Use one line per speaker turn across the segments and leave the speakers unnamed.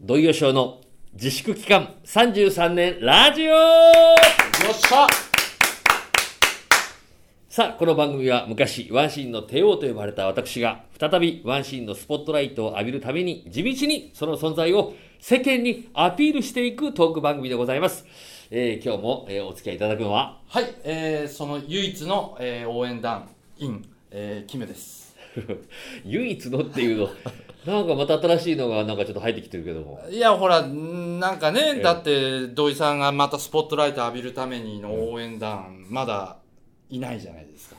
土井善雄の自粛期間33年ラジオ
よっしゃ
さあ、この番組は昔、ワンシーンの帝王と呼ばれた私が、再びワンシーンのスポットライトを浴びるために、地道にその存在を世間にアピールしていくトーク番組でございます。えー今日も、えーお付き合いいただくのは、
はい、えー、その唯一の、えー、応援団員、えー、キムです。
唯一のって いうの、なんかまた新しいのがなんかちょっと入ってきてるけども。
いや、ほら、んなんかね、だって、土井さんがまたスポットライト浴びるためにの応援団、まだいないじゃないですか。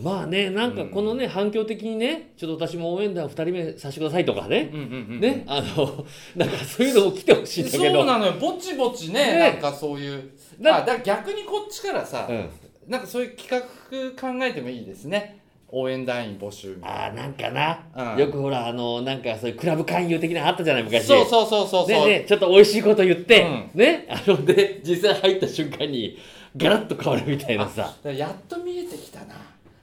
まあね、なんかこのね、反響的にね、ちょっと私も応援団2人目させてくださいとかね
う、んうんうん。
ね、あの、 なんかそういうのも来てほしいんだけ
そう
ど、
なのよ、ぼちぼちね、
ね
なんかそういう。
だ
だだから逆にこっちからさ、
うん、
なんかそういう企画考えてもいいですね。応援団員募集みたい
ああ、なんかな、
うん
よくほら、あの、なんかそういうクラブ勧誘的なのあったじゃない、
な。
昔。
そうそうそうそうそう。
ねね、ちょっと美味しいこと言って、
う
ね、あの、で、実際入った瞬間に、ガラッと変わるみたいなさ
だ。からやっと見えてきたな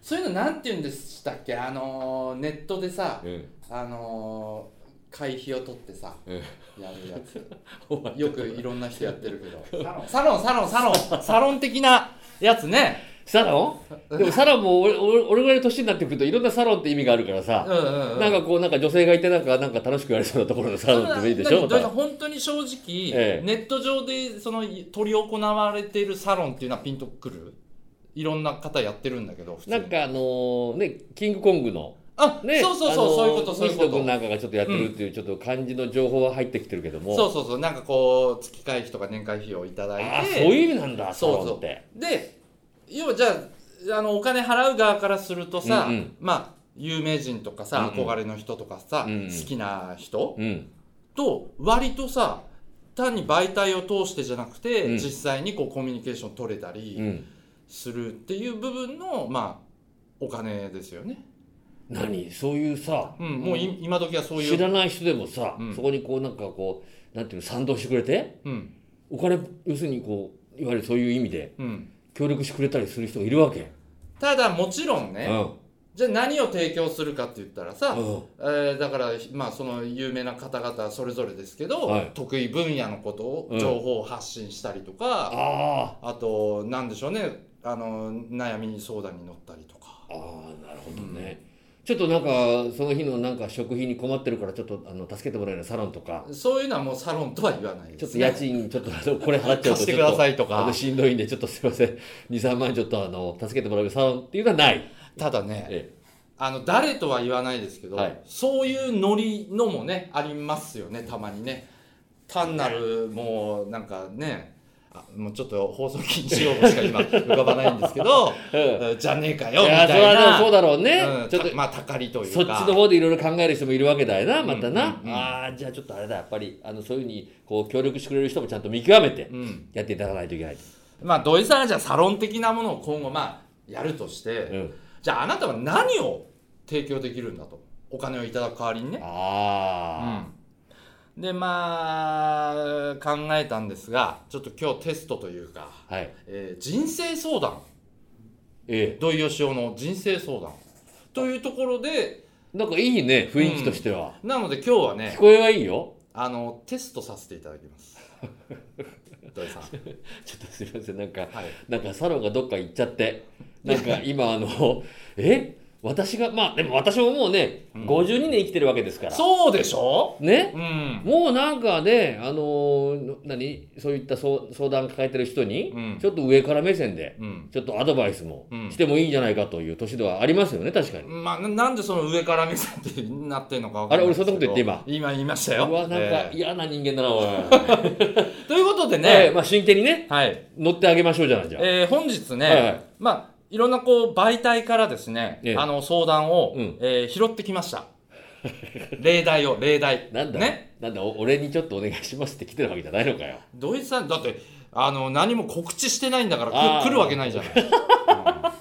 そういうのなんて言うんでしたっけあのー、ネットでさ、
うん。
あのー、会費を取ってさ
うん。
やるやつ
お前
よくいろんな人やってるけどサロンサロンサロンサロンサロン的なやつね
サロンでもサロンも俺俺俺ぐらいの年になってくるといろんなサロンって意味があるから
うん
さ、
うんうん
なんかこうなんか女性がいてなんかなんか楽しくやれそうなところのサ
そ
ロ
ん
ン
な
っていいでしょ
何
ま
どうしたた本当に正直、
ええ
ネット上でその執り行われているサロンっていうのはピンとくるいろんな方やってるんだけど普通に
なんかあのーねキングコングの
あ、
ね
そうそうそう、
あのー
そういうことそういうこ
西野
と
君なんかがちょっとやってるっていうちょっと感じの情報は入ってきてるけども、
そうそうそうなんかこう月会費とか年会費をいただいて
ああそういう意味なんだサ
そうそう
ロンって
で要はじゃああのお金払う側からするとさ、
うんうん
まあ有名人とかさ、
うんうん
憧れの人とかさ、
うんうん
好きな人
うん
と割とさ単に媒体を通してじゃなくて、
うん
実際にこうコミュニケーション取れた
う
り
ん
するっていう部分の、まあお金ですよね、
何そういうさ、
うん、もうい、今時はそうい
知
う、
らない人でもさ、
うん
そこにこうなんかこうなんていうの賛同してくれて
うん
お金要するにこういわゆるそういう意味で
うん、
協力してくれたりする人がいるわけ、
ただもちろん
う
ね、
ん
じゃあ何を提供するかって言ったらさ、
うん
えーだから、まあ、その有名な方々それぞれですけど、
はい
得意分野のことを
うん
情報を発信したりとか、
あ
あとなんでしょうねあの悩みに相談に乗ったりとか
あああなるほどね、ちょっとなんかその日のなんか食費に困ってるからちょっとあの助けてもらえないサロンとか
そういうのはもうサロンとは言わない
ち
で
ょっ
す
と家賃
ね。
ちょっとあのこれ払っちゃうと
貸して
ち
く
ょ
だ
っと
さいと
あの
か
しんどいんでちょっとすいません23万円ちょっとあの助けてもらえるサロンっていうのはない、
ただね
え
あの誰とは言わないですけど、
はい
そういうノリのもねありますよねたまにね単なるもうなんかねあもうちょっと放送禁止用語しか今浮かばないんです けど
え
うんじゃねえか
い
よみ
やそ
た
れはいでも
な
そうだろうね、
うん
ちょっと
たまあたかりというか
そっちの方でいろいろ考える人もいるわけだよな、
うん
またな。
うんうん
ああ、じゃあちょっとあれだ、やっぱり、あの、そういうふうに、こう、協力してくれる人もちゃんと見極めて、
うん
やっていただかないといけないと。
まあ土井さんはじゃあサロン的なものを今後まあやるとして、
うん。
じゃああなたは何を提供できるんだとお金をいただく代わりにね、
あ
うん、でまあ考えたんですがちょっと今日テストというか、
あ、はい。
えー人生相談
え
土井善雄の人生相談というところで
え。なんかいいね、雰囲気としては。
なので今日は
聞
ね
こえはいいよ。
あのテストさせていただきます土 井さん
ちょっとすいません、なんか、
はい
なんかサロンがどっか行っちゃって、なんか今、あの、 え私が、まあ、でも私ももうね、
うん
52年生きてるわけですから。
そうでしょ
ね
うん。
もうなんかね、あのーの何そういった相相談抱えてる人に、
うん
ちょっと上から目線で、
うん。
ちょっとアドバイスも
うん
してもいいんじゃないかという年ではありますよね、確かに。
まあ、ななんでその上から目線ってなってんのかわか
あ
ん
れ
ない
俺
です
そん
け
な
ど。
こと言って今
今言いました
う
よ。
わ、なんか
え
嫌な人間だ な、おい。
えということで
ね、
ね、
まあ真剣にね、
はい。
乗ってあげましょうじゃない、じゃあ。
えー本日ね、
はいはい
まあ、いろんなこう媒体からですね、
ええ
あの相談を、
うん
えー拾ってきました。例題を、例題。
なんだ、
ね。
なんだ、お俺にちょっとお願いしますって来てるわけじゃないのかよ。
土井さん、だって、あの、何も告知してないんだから、
あー
く来るわけないじゃない。うん だか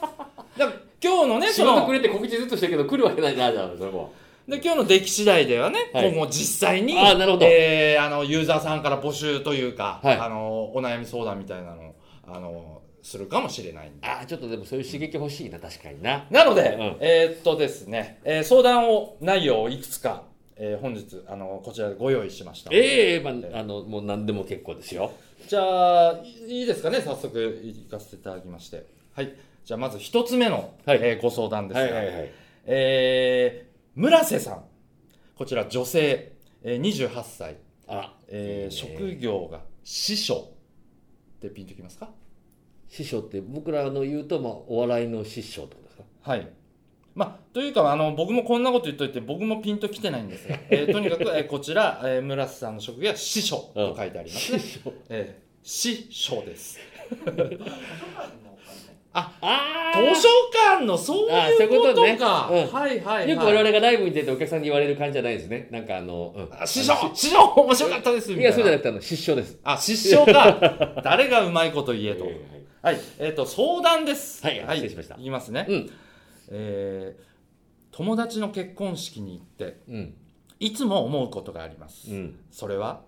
ら今日のね、その、
れって告知ずっとしてるけど、来るわけないな、じゃあ、それも。
で今日の出来次第ではね、
はい
今後実際に
あーなるほど
えーあのユーザーさんから募集というか、
はい
あのお悩み相談みたいなのをあのするかもしれないんで
ああ、ちょっとでもそういう刺激欲しいな、確かにな。
なので、
うん
えーっとですね、えー相談を内容をいくつか、えー本日あのこちらでご用意しました
ええまあ、あの、もう何でも結構ですよ。
じゃあいいいですかね早速行かせていただきましてはいじゃあまず一つ目の、
はい
えーご相談ですが、
い。
えー村瀬さんこちら女性、えー、28歳、
あら、
えー
いいね
職業が師匠ってピンときますか
師匠って僕らの言うと、まあ、お笑いの師匠ってことですか
はい。まあ、というかあの僕もこんなこと言っといて僕もピンときてないんですが、え ーとにかく、えーこちら、えー村瀬さんの職業は師匠と書いてありますね、
師匠。
えー師匠です
あ
図
あ
書館のそう
あーそう
い
いううこ
こ
ととね
か
うん
はいはい、はい、
よく我々がライブに出てお客さんに言われる感じじゃないですね。なんかあの、うん
あ師匠師匠面白かったですみた
い
いな
や、そうじゃなくて、あの、失笑です。
あ失笑か誰がうまいこと言えと、
えーはい
はいえっ、と相談です
はい失礼しました
言いますね、
うん
えー友達の結婚式に行って
うん。
いつも思うことがあります、
うん。
それは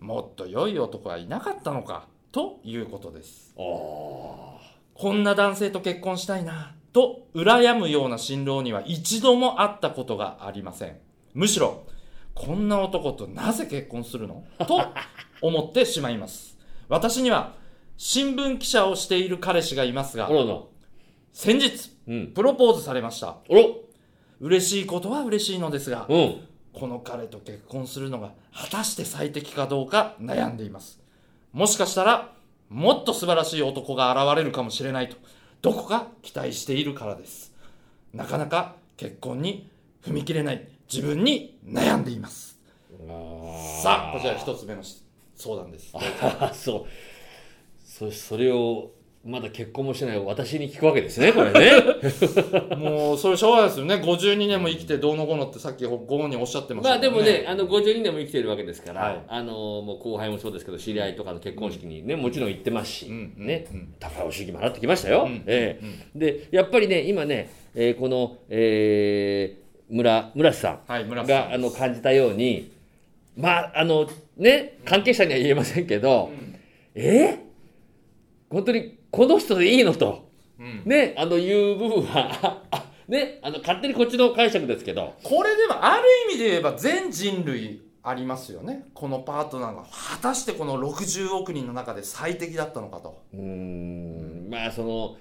もっと良い男はいなかったのかということです
ああ。
こんな男性と結婚したいなと羨むような新郎には一度も会ったことがありませんむしろこんな男となぜ結婚するのと思ってしまいます私には新聞記者をしている彼氏がいますが
おろの。
先日
うん。
プロポーズされました
おろ
嬉しいことは嬉しいのですが
うん。
この彼と結婚するのが果たして最適かどうか悩んでいます。もしかしたら、もっと素晴らしい男が現れるかもしれないと、どこか期待しているからです。なかなか結婚に踏み切れない自分に悩んでいます。さあ、こちら一つ目の相談です。
あそうそそれをまだ結婚もしてない私に聞くわけですねこれね
もう、それしょうがないですよね。52年も生きてどうのこうのってさっきご本人おっしゃってまし
ま
た
あでもねあの52年も生きてるわけですから、
はい
あのもう後輩もそうですけど知り合いとかの結婚式にね、もちろん行ってますし、
うんうん
ね
うん
高尾主義も払ってきましたよ、
うん
ええ
うん
でやっぱりね今ね、えーこの、えー村村瀬さん
はい、村瀬さん
があの感じたようにまああのね関係者には言えませんけど、えー本当にこの人でいいのと、
うん
ねあのいう部分は あねあの勝手にこっちの解釈ですけど
これでもある意味で言えば全人類ありますよねこのパートナーが果たしてこの60億人の中で最適だったのかと
うーんまあその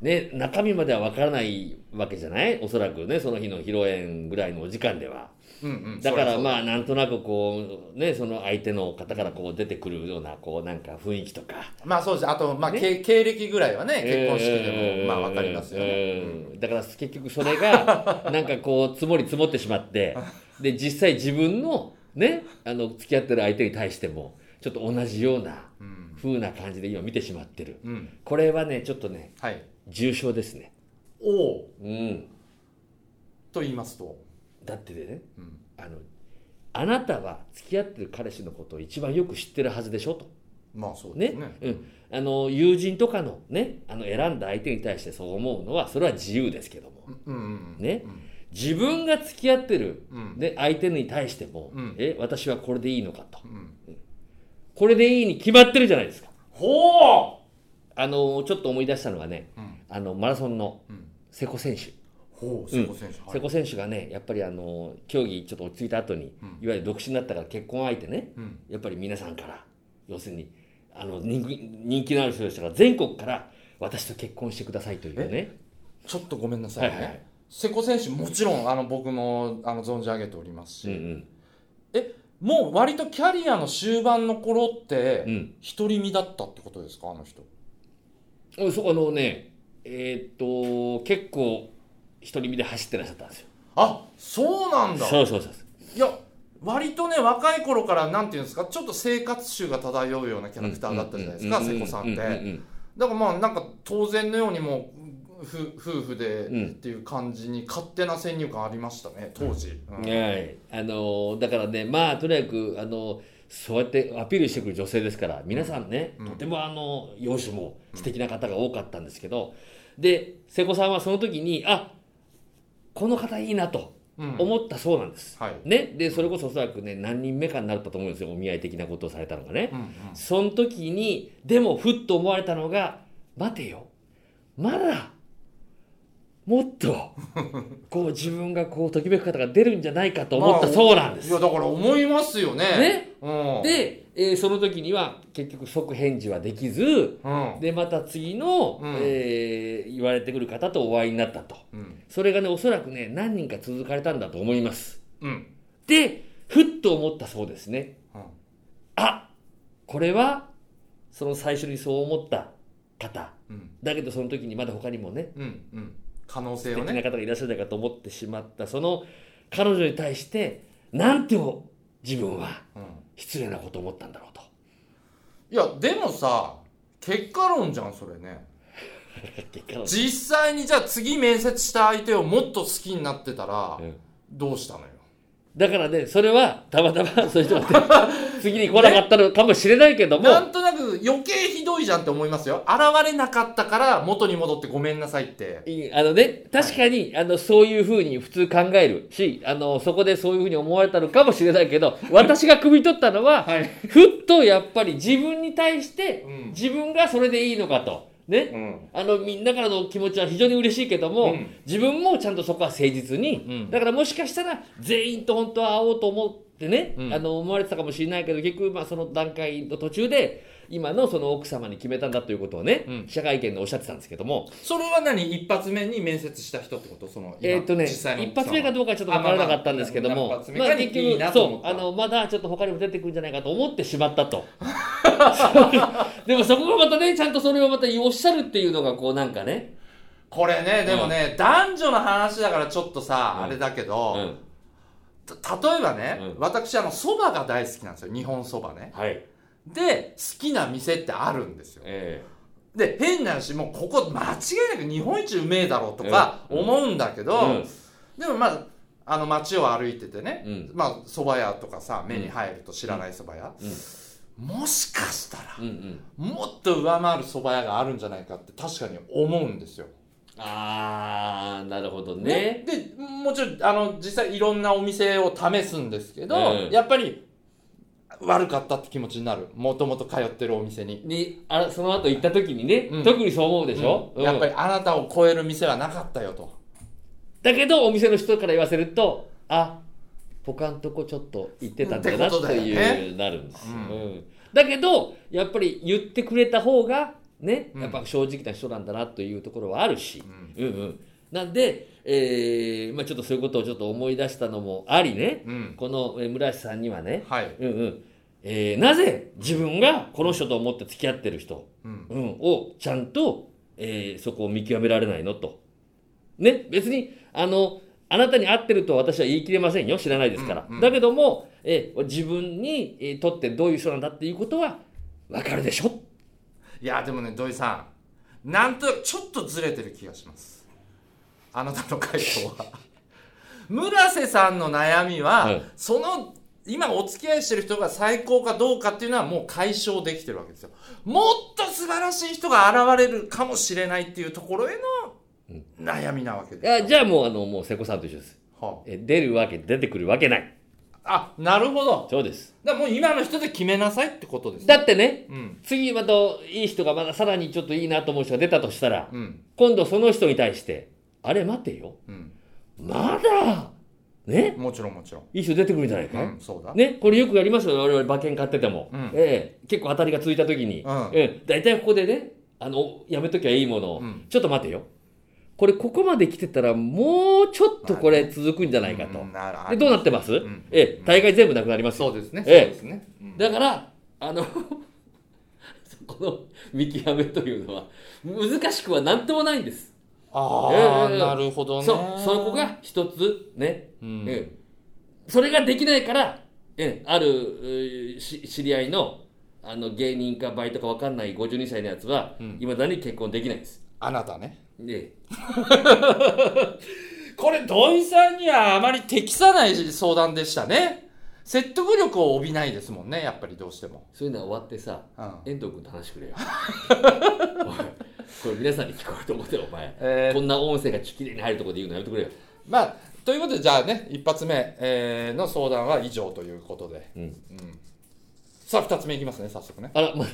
ね中身までは分からないわけじゃないおそらくねその日の披露宴ぐらいのお時間では。
うんうん
だからま
あ
あなんとなくこうねその相手の方からこう出てくるようなこうなんか雰囲気とか
まあそうですあとまあ、け経歴ぐらいはね結婚式
え
で
ー
もまあわかりますよね、
えーだから結局それ がなんかこう積もり積もってしまってで実際自分のねあの付き合ってる相手に対してもちょっと同じような
うん
風な感じで今見てしまってる
うん、うん、
これはねちょっとね
はい
重症ですね
おお
うん
と言いますと、
だってね
うん、
あのあなたは付き合ってる彼氏のことを一番よく知ってるはずでしょと
まあそう
ね
ですね
うん、あの友人とかのねあの選んだ相手に対してそう思うのはそれは自由ですけども
うんうんうん
ね自分が付き合ってる、
うん
ね、相手に対しても、
うん
え私はこれでいいのかと
うんうん
これでいいに決まってるじゃないですか
ほ
あのちょっと思い出したのはね
う、うん
あのマラソンの
うん、
瀬古選手
ほう瀬古選手、は
瀬
い
古選手がねやっぱりあの競技ちょっと落ち着いた後に、
うん
いわゆる独身になったから結婚相手ね
うん
やっぱり皆さんから要するにあの人気人気のある人でしたから全国から私と結婚してくださいというね
ちょっとごめんなさいね、
はいはい
瀬古選手もちろんあの僕もあの存じ上げておりますし、
うんうん
もう割とキャリアの終盤の頃って、
うん
独り身だったってことですかあの人
うん、そこのね、えーっと、結構、独り身で走ってらっしゃったんですよ。
あそうなんだ
そうそうそうそう。
いや割とね若い頃からなんていうんですかちょっと生活臭が漂うようなキャラクターだったじゃないですか
うんうん
瀬
うん
古さんって
うううん
だからまあなんか当然のようにもうふ夫婦で
うん
っていう感じに勝手な先入観ありましたね当時、うん
はい。あのーだからね、まあ、とにかく、あのーそうやってアピールしてくる女性ですから、皆さんね、
うん
とてもあの、容姿も素敵な方が多かったんですけど、で、瀬古さんはその時に、あこの方いいなと
うん
思ったそうなんです。
はい、
ね。で、それこそおそらくね、何人目かになったと思うんですよ、お見合い的なことをされたのがね。
うんうん
その時に、でもふっと思われたのが、待てよ。まだ、もっ とこう自分がこうときめく方が出るんじゃないかと思ったそうなんです
い。やだから思いますよね
ね
うん、
で、えーその時には結局即返事はできず
うん
でまた次の、
うん
えー言われてくる方とお会いになったと
うん
それがねおそらくね何人か続かれたんだと思います
うん
でふっと思ったそうですね
うん
あこれはその最初にそう思った方
うん
だけどその時にまだ他にもね
うんうん可能性
素
を
敵な
ね
方がいらっしゃるかと思ってしまったその彼女に対してなんて自分は
うん
失礼なことを思ったんだろうと。
いやでもさ結果論じゃんそれね
結果論
実際にじゃあ次面接した相手をもっと好きになってたら、
うん
どうしたのよ
だからね、それはたまた まそういう人がね次に来なかったのかもしれないけども、
なんとなく余計ひどいじゃんって思いますよ現れなかったから元に戻ってごめんなさいって
いいあのね、確かに、あのそういうふうに普通考えるしあの、そこでそういうふうに思われたのかもしれないけど、私が汲み取ったのは、
はい
ふっとやっぱり自分に対して
うん
自分がそれでいいのかと。ね、
うん
あのみんなからの気持ちは非常に嬉しいけども、
うん
自分もちゃんとそこは誠実に、
うん
だからもしかしたら全員と本当は会おうと思ってね、
うん
あの思われてたかもしれないけど結局まあその段階の途中で今のその奥様に決めたんだということをね、
うん
記者会見でおっしゃってたんですけども、
それは何一発目に面接した人ってことその今
えーっとね、
実際の
一発目かどうかはちょっと分からなかったんですけども、
あまあ一発目か
結
いいな
局、
と思
そ
っ
う、
た
あの、まだちょっと他にも出てくるんじゃないかと思ってしまったと。 でもそこがまたね、ちゃんとそれをまたおっしゃるっていうのが、こうなんかね、
これねでもね、男女の話だからちょっとさ、
うん
あれだけ
う
ど、
ん、
た例えばね、
うん
私あの蕎麦が大好きなんですよ日本蕎麦ね
はい、
で好きな店ってあるんですよ
え
で変な話もうここ間違いなく日本一うめえだろうとか
うん
思うんだけ
え
ど、でもまああの街を歩いててね、
うん
まあ蕎麦屋とかさ目に入ると知らない蕎麦屋、もしかしたら
うん、うん、うん。
もっと上回る蕎麦屋があるんじゃないかって確かに思うんですよ。
あー、なるほどね。
でもちろんあの実際いろんなお店を試すんですけど、
うん
やっぱり悪かったって気持ちになるもともと通ってるお店に、
に、あその後行った時にね、
うん
特にそう思うでしょ、
やっぱ
り。
りあなたを超える店はなかったよと。
だけど、お店の人から言わせると、あ、他のとこちょっと行ってたんだな
ってこと
って
だよ
い
ね
う、なるんですよ、
う
うんだけどやっぱり言ってくれた方がね
うん
やっぱ正直な人なんだなというところはあるし、
ん
うんうんなんで、えーまあ、ちょっとそういうことをちょっと思い出したのもありね、
うん
このえー村瀬さんにはね、
はい、
うんうんえーなぜ自分がこの人と思って付き合ってる人、
うん
うん、をちゃんと、えーそこを見極められないのと。ね、別に、あの、あなたに合ってるとは私は言い切れませんよ。知らないですから。
うんうん
だけども、えー自分に、えーとってどういう人なんだっていうことはわかるでしょ
いやでもね土井さんなんとなくちょっとずれてる気がしますあなたの回答は 村瀬さんの悩みは、
はい
その今お付き合いしてる人が最高かどうかっていうのはもう解消できてるわけですよもっと素晴らしい人が現れるかもしれないっていうところへの悩みなわけ
い
ですよ
やじゃあもう、あの、もう瀬古さんと一緒です。
は
えー出るわけ、出てくるわけない。
あ、あなるほど
そうです。
だからもう今の人で決めなさいってことですね
だってね、
うん
次またいい人がまださらにちょっといいなと思う人が出たとしたら、
うん
今度その人に対して、あれ待てよ。
うん
まだね
もちろんもちろん、
いい人出てくるんじゃないか、
うん、そうだ
ね、これよくやりますよ、我々馬券買ってても。
うん
ええ結構当たりがついた時に、
うん
ええ大体ここでね、あの、やめときゃいいものを、
うん
ちょっと待てよ。これここまで来てたら、もうちょっとこれ続くんじゃないかと。
うんなら
で、どうなってます、
ん
ええ大概全部なくなりますよ
そうですね、
ええ
そうですね、うん
だから、あの、 そこの見極めというのは、難しくは何ともないんです。
ああ、
ええ
なるほどね。
そう、そこが一つ、ね、
うん
ええそれができないから、ええあるええし知り合いのあの芸人かバイトか分かんない52歳のやつは、いまだに結婚できないんです。
あなたね。
で、
これ、土井さんにはあまり適さない相談でしたね。説得力を帯びないですもんね、やっぱりどうしても。
そういうのは終わってさ、
うん
遠藤君と話してくれよ。おいこれ皆さんに聞こえると思ってよ、お前、
えー
こんな音声がきれいに入るところで言うのやめてくれよ。
まあ、ということで、じゃあね、一発目、えーの相談は以上ということで。
うん
うんさあ、二つ目いきますね、早速ね。
あら、まだ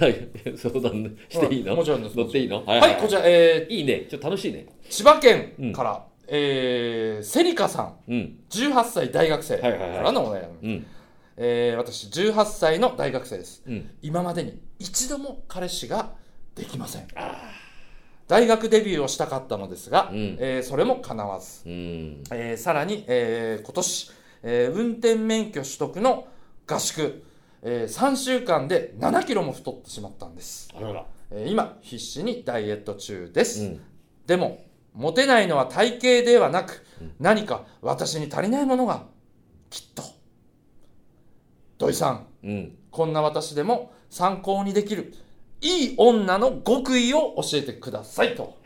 相談していいの、
もちろんです
乗っていいの
はい、こちら、え
いいね。ちょっと楽しいね。
ー千葉県から、えー、セリカさん、
うん。
18歳大学生
は
か
いはいはい
らのお悩み。
うん。
えー私、18歳の大学生です。
うん。
今までに一度も彼氏ができません
あ
大学デビューをしたかったのですが、
うん
えーそれも叶わず、
うん。
えーさらに、えー今年、えー運転免許取得の合宿、え3週間で7キロも太ってしまったんです、
あらら。
えー今必死にダイエット中です、
うん。
でもモテないのは体型ではなく、何か私に足りないものがきっと土井さん
うん。
こんな私でも参考にできるいい女の極意を教えてくださいと。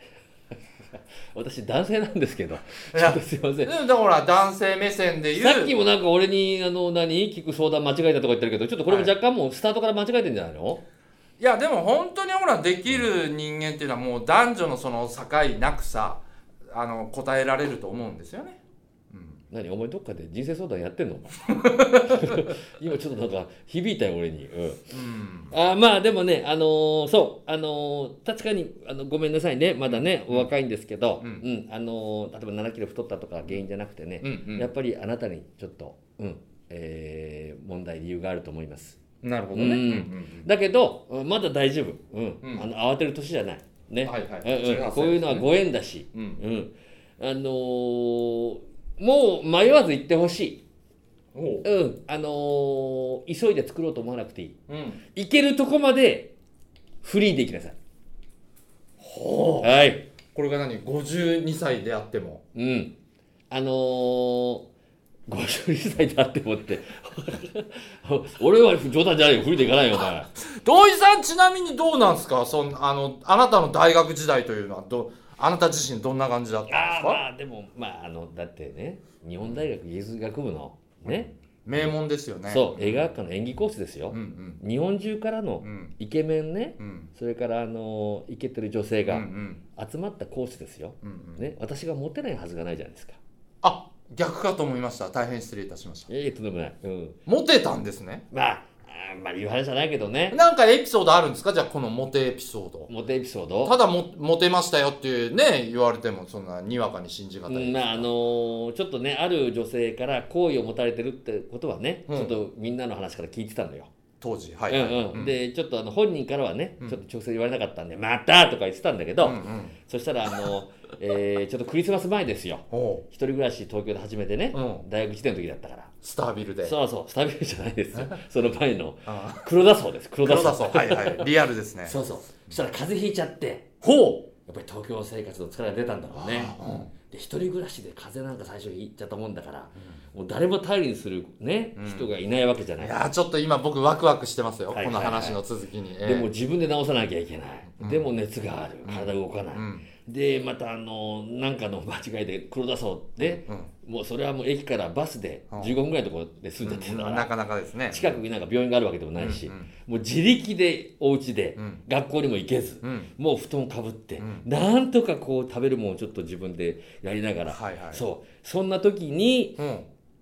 私、男性なんですけど。
い
ちょ
や
っとすいません。
だから男性目線で言う。
さっきもなんか俺に、あの、何聞く相談間違えたとか言ってるけど、ちょっとこれも
はい
若干もうスタートから間違えてんじゃないの、
いやでも本当にほらできる人間っていうのはもう男女のその境なくさあの答えられると思うんですよね。
何お前どっかで人生相談やってんのお前 今ちょっとなんか響いたよ俺に、うん、
うん。
あーまあでもねあのーそうあのー確かにあのごめんなさいねまだねお若いんですけど、う
うんん
あのー例えば7キロ太ったとか原因じゃなくてね、
うんうん
やっぱりあなたにちょっと、うんえー問題理由があると思います
なるほ
うんだけどうんまだ大丈夫、うん
うん
あの慌てる年じゃないね、
はいは
う
い
んう
18
ん、こういうのはご縁だし、
うん
うんあのーもう迷わず行ってほしい
おう
うん、あのー急いで作ろうと思わなくていい。
うん。
行けるとこまでフリーで行きなさい。
ほう。
はい。
これが何52歳であっても。
うん。あのー、52歳だって思って。 俺は冗談じゃないよ。フリーで行かないよ、お前。
土井さんちなみにどうなんですかそんあのあなたの大学時代というのはどあなた自身どんな感じだったんです
ああ、
か
まあでも、まああの、だってね、日本大学芸術学部の、ね、
名門ですよね。
そう、映画学科の演技コースですよ
う。ん
日本中から
う
の
んうん
イケメンね、
うん
それから、あのーイケてる女性
うんう
が
ん
集まったコースですよ。
うんうん
ね、私がモテないはずがないじゃないですか。
あ逆かと思いました大変失礼いたしました
ええとんでもない。うん。
モテたんですね
まあ、あんまり言う話じゃないけどね。
なんかエピソードあるんですかじゃあこのモテエピソード
モテエピソード。
ただモモテましたよっていうね言われてもそんなにわかに信じがた
う
い、
んまああのーちょっとねある女性から好意を持たれてるってことはね、
うん
ちょっとみんなの話から聞いてたのよ、
当時はい、
うんう、
うんん
でちょっとあの本人からはね、
うん
ちょっと直接言われなかったんで「また!」とか言ってたんだけど、
うんうん
そしたらあの、 えーちょっとクリスマス前ですよ
おう
一人暮らし東京で始めてね、
うん
大学1年の時だったから
スタービルで
そうそうスタビルじゃないですよその前の
あ
黒田荘です黒田
黒田
荘
荘はいはいリアルですね
そうそうそしたら風邪ひいちゃって
ほう
やっぱり東京生活の疲れが出たんだろうね
あうん
で一人暮らしで風邪なんか最初ひいちゃったもんだから、もう誰も頼りにする、ね
うん
人がいないわけじゃない
いやーちょっと今僕ワクワクしてますよ、
はいはいはい
この話の続きに、えー
でも自分で治さなきゃいけない、
うん
でも熱がある体動かない、
うん
でまたあのなんかの間違いで黒田荘で、
うん
もうそれはもう駅からバスで15分ぐらいのところで住んじゃってるから、
なかなかですね
近くになんか病院があるわけでもないし、
うんうん
もう自力でお家で、
うん
学校にも行けず、
うん
もう布団かぶって、
うん
なんとかこう食べるものをちょっと自分でやりながら、
はいはい
そうそんな時に
うん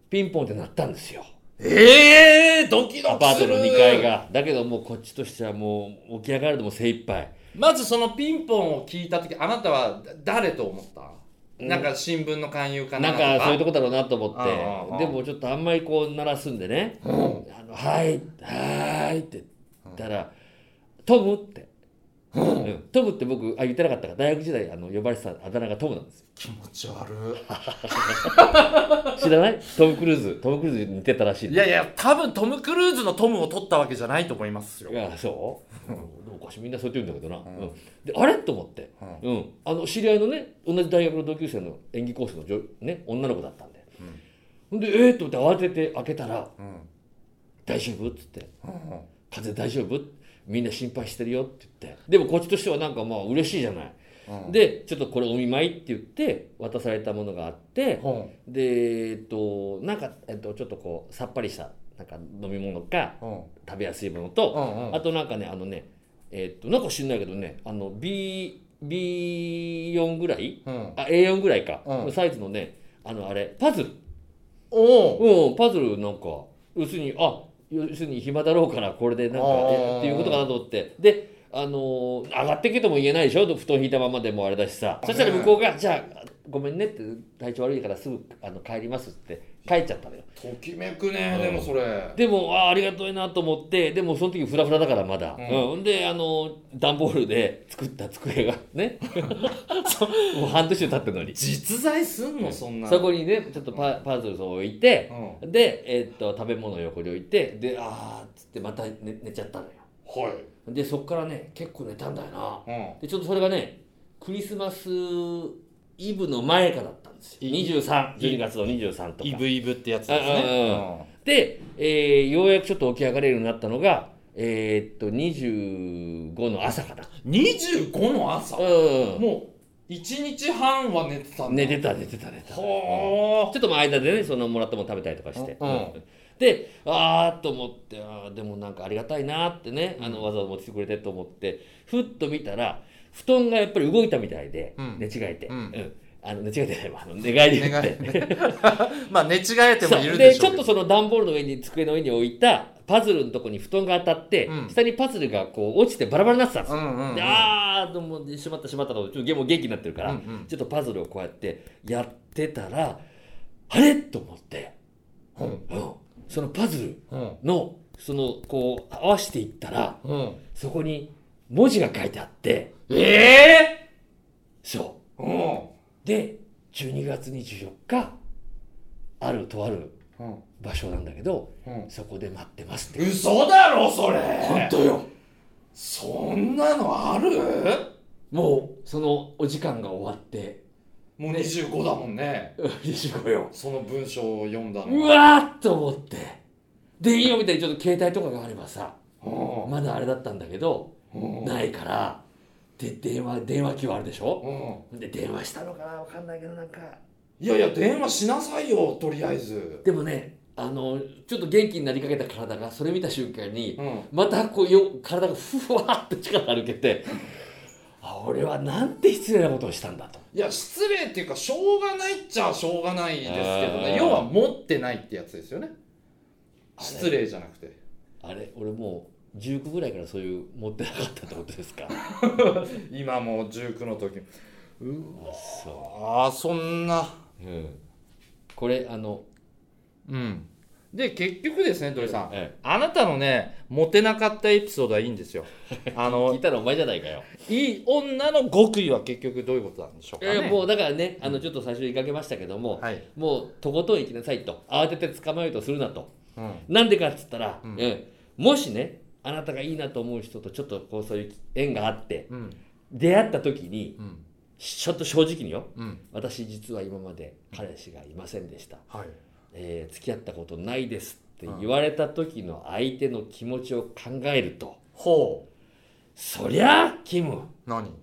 ピンポンって鳴ったんですよ
ええー、ドキド
ア
キ
パー
す
ト
る
の2階がだけどもうこっちとしてはもう起き上がるのも精一杯
まずそのピンポンを聞いた時あなたはだ誰と思った、
うん
なんか新聞の勧誘かな
なん
と
かそういうとこだろうなと思
あああ
っ
あ
てでもちょっとあんまりこう鳴らすんでね「あのはいはい」って言ったら「トム」って。うんトムって僕あ言ってなかったか大学時代あの呼ばれてたあだ名がトムなんですよ
気持ち悪
知らないトム・クルーズトム・クルーズに似てたらしいん
いい
です
やいや多分トム・クルーズのトムを取ったわけじゃないと思いますよ
いやそう、うん、でもおかしいみんなそう言ってるんだけどな、うんであれと思って、うんあの知り合いのね同じ大学の同級生の演技コースの女,、ね、女の子だったんで、ほんでええー、と思って慌てて開けたら
うん
「大丈夫?」っつって
うん
「風邪大丈夫?」みんな心配してるよって言ってでもこっちとしてはなんかまあ嬉しいじゃない、
うん
でちょっとこれお見舞いって言って渡されたものがあって、
うん
でえっとなんか、えっと、ちょっとこうさっぱりしたなんか飲み物か
うん
食べやすいものと、
うんうん
あとなんかねあのねえーっとなんか知んないけどねあの B B4 ぐらい
うん
あ A4 ぐらいか、
うん
のサイズのねあのあれパズル
おお
うんパズルなんか要するにあ要するに暇だろうからこれでなんか
あー
えっていうことかなと思ってであのー上がってけとも言えないでしょ布団引いたままでもあれだしさそしたら向こうが「じゃあごめんね」って体調悪いからすぐあの帰りますって帰っちゃったのよ
ときめくね、でもそれ。
でもあーありがとうなと思ってでもその時フラフラだからまだ、
うん
うん、であの段ボールで作った机がね もう半年経ったのに
実在すんの、そんな。
そこにねちょっとパパズルを置いて
う、ん。はい。
で、えーっと食べ物を横に置いてであーっつってまた寝寝ちゃったのよでそっからね結構寝たんだよな
うん。
でちょっとそれがねクリスマスイブの前かだったんですよ2312月の23とか
イブイブってやつですね。
で、えーようやくちょっと起き上がれるようになったのが、えーっと、25の朝かな。
うん25の朝
う
もう、1日半は寝てたん
ん。
だ。
寝てた、寝てた、寝てた。ちょ
は
っとまあ間でね、そのもらったもの食べたりとかして。
うん
で、あーっと思って、あーでもなんかありがたいなーってね、あのわざわざ持ってきてくれてと思って、ふっと見たら、布団がやっぱり動いたみたいで、
うん
寝違えて。
うん
あの寝違えてないわ、あの寝返り打って。
あ。 まあ、寝違えてもい
そ
る
う
で
で
し
ち
ょ
ょ
う
っと
けど。
その段ボールの上に机の上に置いたパズルのとこに布団が当たって、
うん
下にパズルがこう落ちてバラバラになってたんです
う
よ、
んうんうん。
でああと思ってしまったしまったと思ってちょっとゲーム元気になってるから、
うんうん
ちょっとパズルをこうやってやってたらあれと思って、
うん
うんそのパズル
うん。
のそのこう合わせていったら
うん。
そこに文字が書いてあって
え
そ
えうん。
うで12月24日あるとある
うん。
場所なんだけど
うん。
そこで待ってますって
嘘だろ、それ。
本当よ
そんなのある
もうそのお時間が終わって
もう25だもんね。
25よ
その文章を読んだの。
うわーっと思ってで今みたいにちょっと携帯とかがあればさ
うん
まだあれだったんだけど
うん
ないからで電話電話機はあるでしょ
うん
で電話したのかなわかんないけどなんか
いやいや、電話しなさいよ、とりあえず。
でもねあのちょっと元気になりかけた体がそれ見た瞬間に
うん。
またこうよ体がふわーっと力が抜けてあ俺はなんて失礼なことをしたんだと
いや、失礼っていうか、しょうがないっちゃしょうがないですけど
あー
ね。要は、持ってないってやつですよね。失礼じゃなくて。
あれ俺もう19ぐらいからそういう持ってなかったってことですか
今もう19の時。
そ
ああ、そんな。
う、うん、これあの、
うん。で、結局ですね、鳥さん。
え
あなたのね、モテなかったエピソードはいいんです よ。あ
え、
の
聞い、たらお前じゃないかよ、
いい女の極意は結局どういうことなんでしょう
い
か
や
ね。
もうだからねあのちょっと最初に言いかけましたけども、
はい。
もうとことん行きなさいと慌てて捕まえようとするなと
うん。
なんでかっつったら、
うん
ええもしねあなたがいいなと思う人とちょっとこうそういう縁があって
うん。
出会った時に
うん。
ちょっと正直によ
うん。
私実は今まで彼氏がいませんでした、
はい。
えー付き合ったことないですって言われた時の相手の気持ちを考えると、
ほ
そりゃあキム
う。何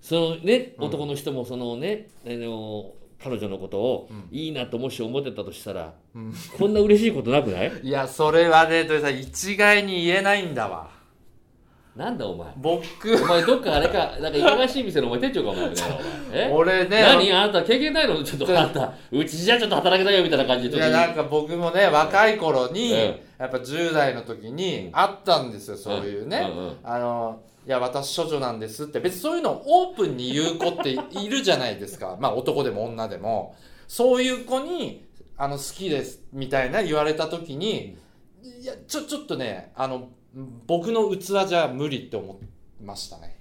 そのね
うん
男の人もそのね、あの彼女のことを
うん
いいなともし思ってたとしたら、
うん
こんな嬉しいことなくない
いや、それはね、鳥さん、一概に言えないんだわ。
なんだお前
僕、
お前どっかあれかなんか忙しい店のお前店長かお前え
俺ね、
何あなた経験ないのちょっとあなたうちじゃちょっと働けないよみたいな感じ
い
でちょ
や、
っ
なんか僕もね、若い頃に、
え
やっぱ10代の時に
う、ん
あったんですよ、
と
そういう
う
ね。
んうん
あの、いや、私、処女なんですって、別にそういうのをオープンに言う子っているじゃないですか。 まあ、男でも女でも。そういう子に、あの、好きです、みたいな言われた時に、いや、ちょ、ちょっとね、あの、僕の器じゃ無理って思いましたね。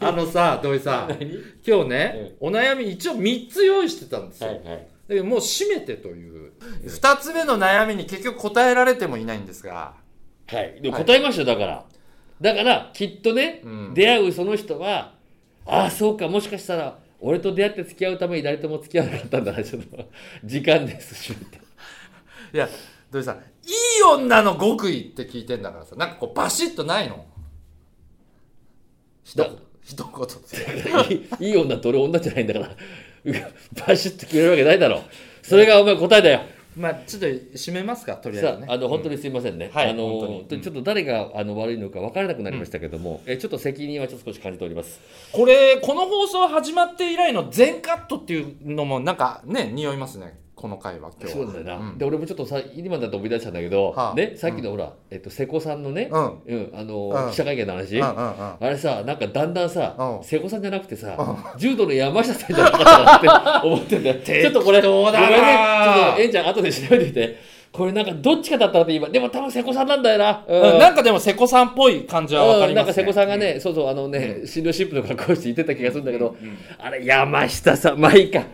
あのさ、土井さん、
何
今日ね、お悩み一応3つ用意してたんですよ。
はいはい
だけどもう閉めてという。2つ目の悩みに結局答えられてもいないんですが。
はいでも
はい
答えましたよだからだからきっとね、
うん
出会うその人はああそうかもしかしたら俺と出会って付き合うために誰とも付き合わなかったんだなちょっと時間ですしって
いや、土井さん、いい女の極意って聞いてんだからさ、なんかこうバシッとないの一言
だ。
一言で。
いいいい女と俺女じゃないんだからバシッと決めるわけないだろそれがお前答えだよ
まあちょっと締めますかとりあえ
さ
ず
あ、あ
ね
の、本当にすいませんね。
はい
あの
本当に
ちょちょっと誰が、あの、悪いのか分からなくなりましたけども、え、ちょっと責任はちょっと少し感じております。
これこの放送始まって以来の全カットっていうのもなんかね匂いますねこの回は今日
そ
は
うなんだよな。
うん
で、俺もちょっとさ、今だと思い出したんだけど、
はあ
ね、さっきのほら、えっと、瀬古さんのね、
うん
うん、あの、
うん
記者会見の話、
うんうんうん
あれさ、なんかだんだんさ、
うん
瀬古さんじゃなくてさ、柔道の山下さんじゃなかったな って思ってんだよ。ちょっとこれ、
当だな
ごめんね。ちょっと、えんちゃん、後で調べてみて。これなんかどっちかだったなって今、でも多分瀬古さんなんだよな。う
うんなんかでも瀬古さんっぽい感じはわか
う
り
んな
ま
ん
す、ね
か瀬古さんがね、そうそう、あのね、新郎新婦の格好して言ってた気がするんだけど、あれ、山下さん、まあいいか。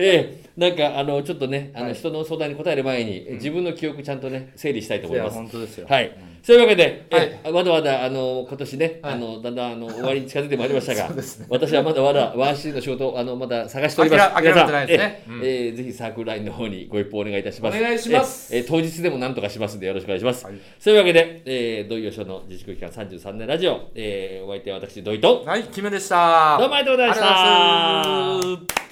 ええ、なんか、あの、ちょっとね、あの、人の相談に答える前に、自分の記憶ちゃんとね、整理したいと思います。
いや本当ですよ
はい。そういうわけで、えまだまだ、あの、今年ね、あの、だんだん、あの、終わりに近づいてまいりました が、私はまだまだ、ワンシーンの仕事を、あの、まだ探しております。
諦め諦めてないですね
皆さんええええぜひサークルラインの方にご一報お願いいたします。
お願いします
えー当日でも何とかしますんでよろしくお願いします。
はい
そういうわけで、えー、土井善の自粛期間33年ラジオ、えー、お相手は私、土井と、
はい、キムでした。
どうもありがとうございました
ありがとうございます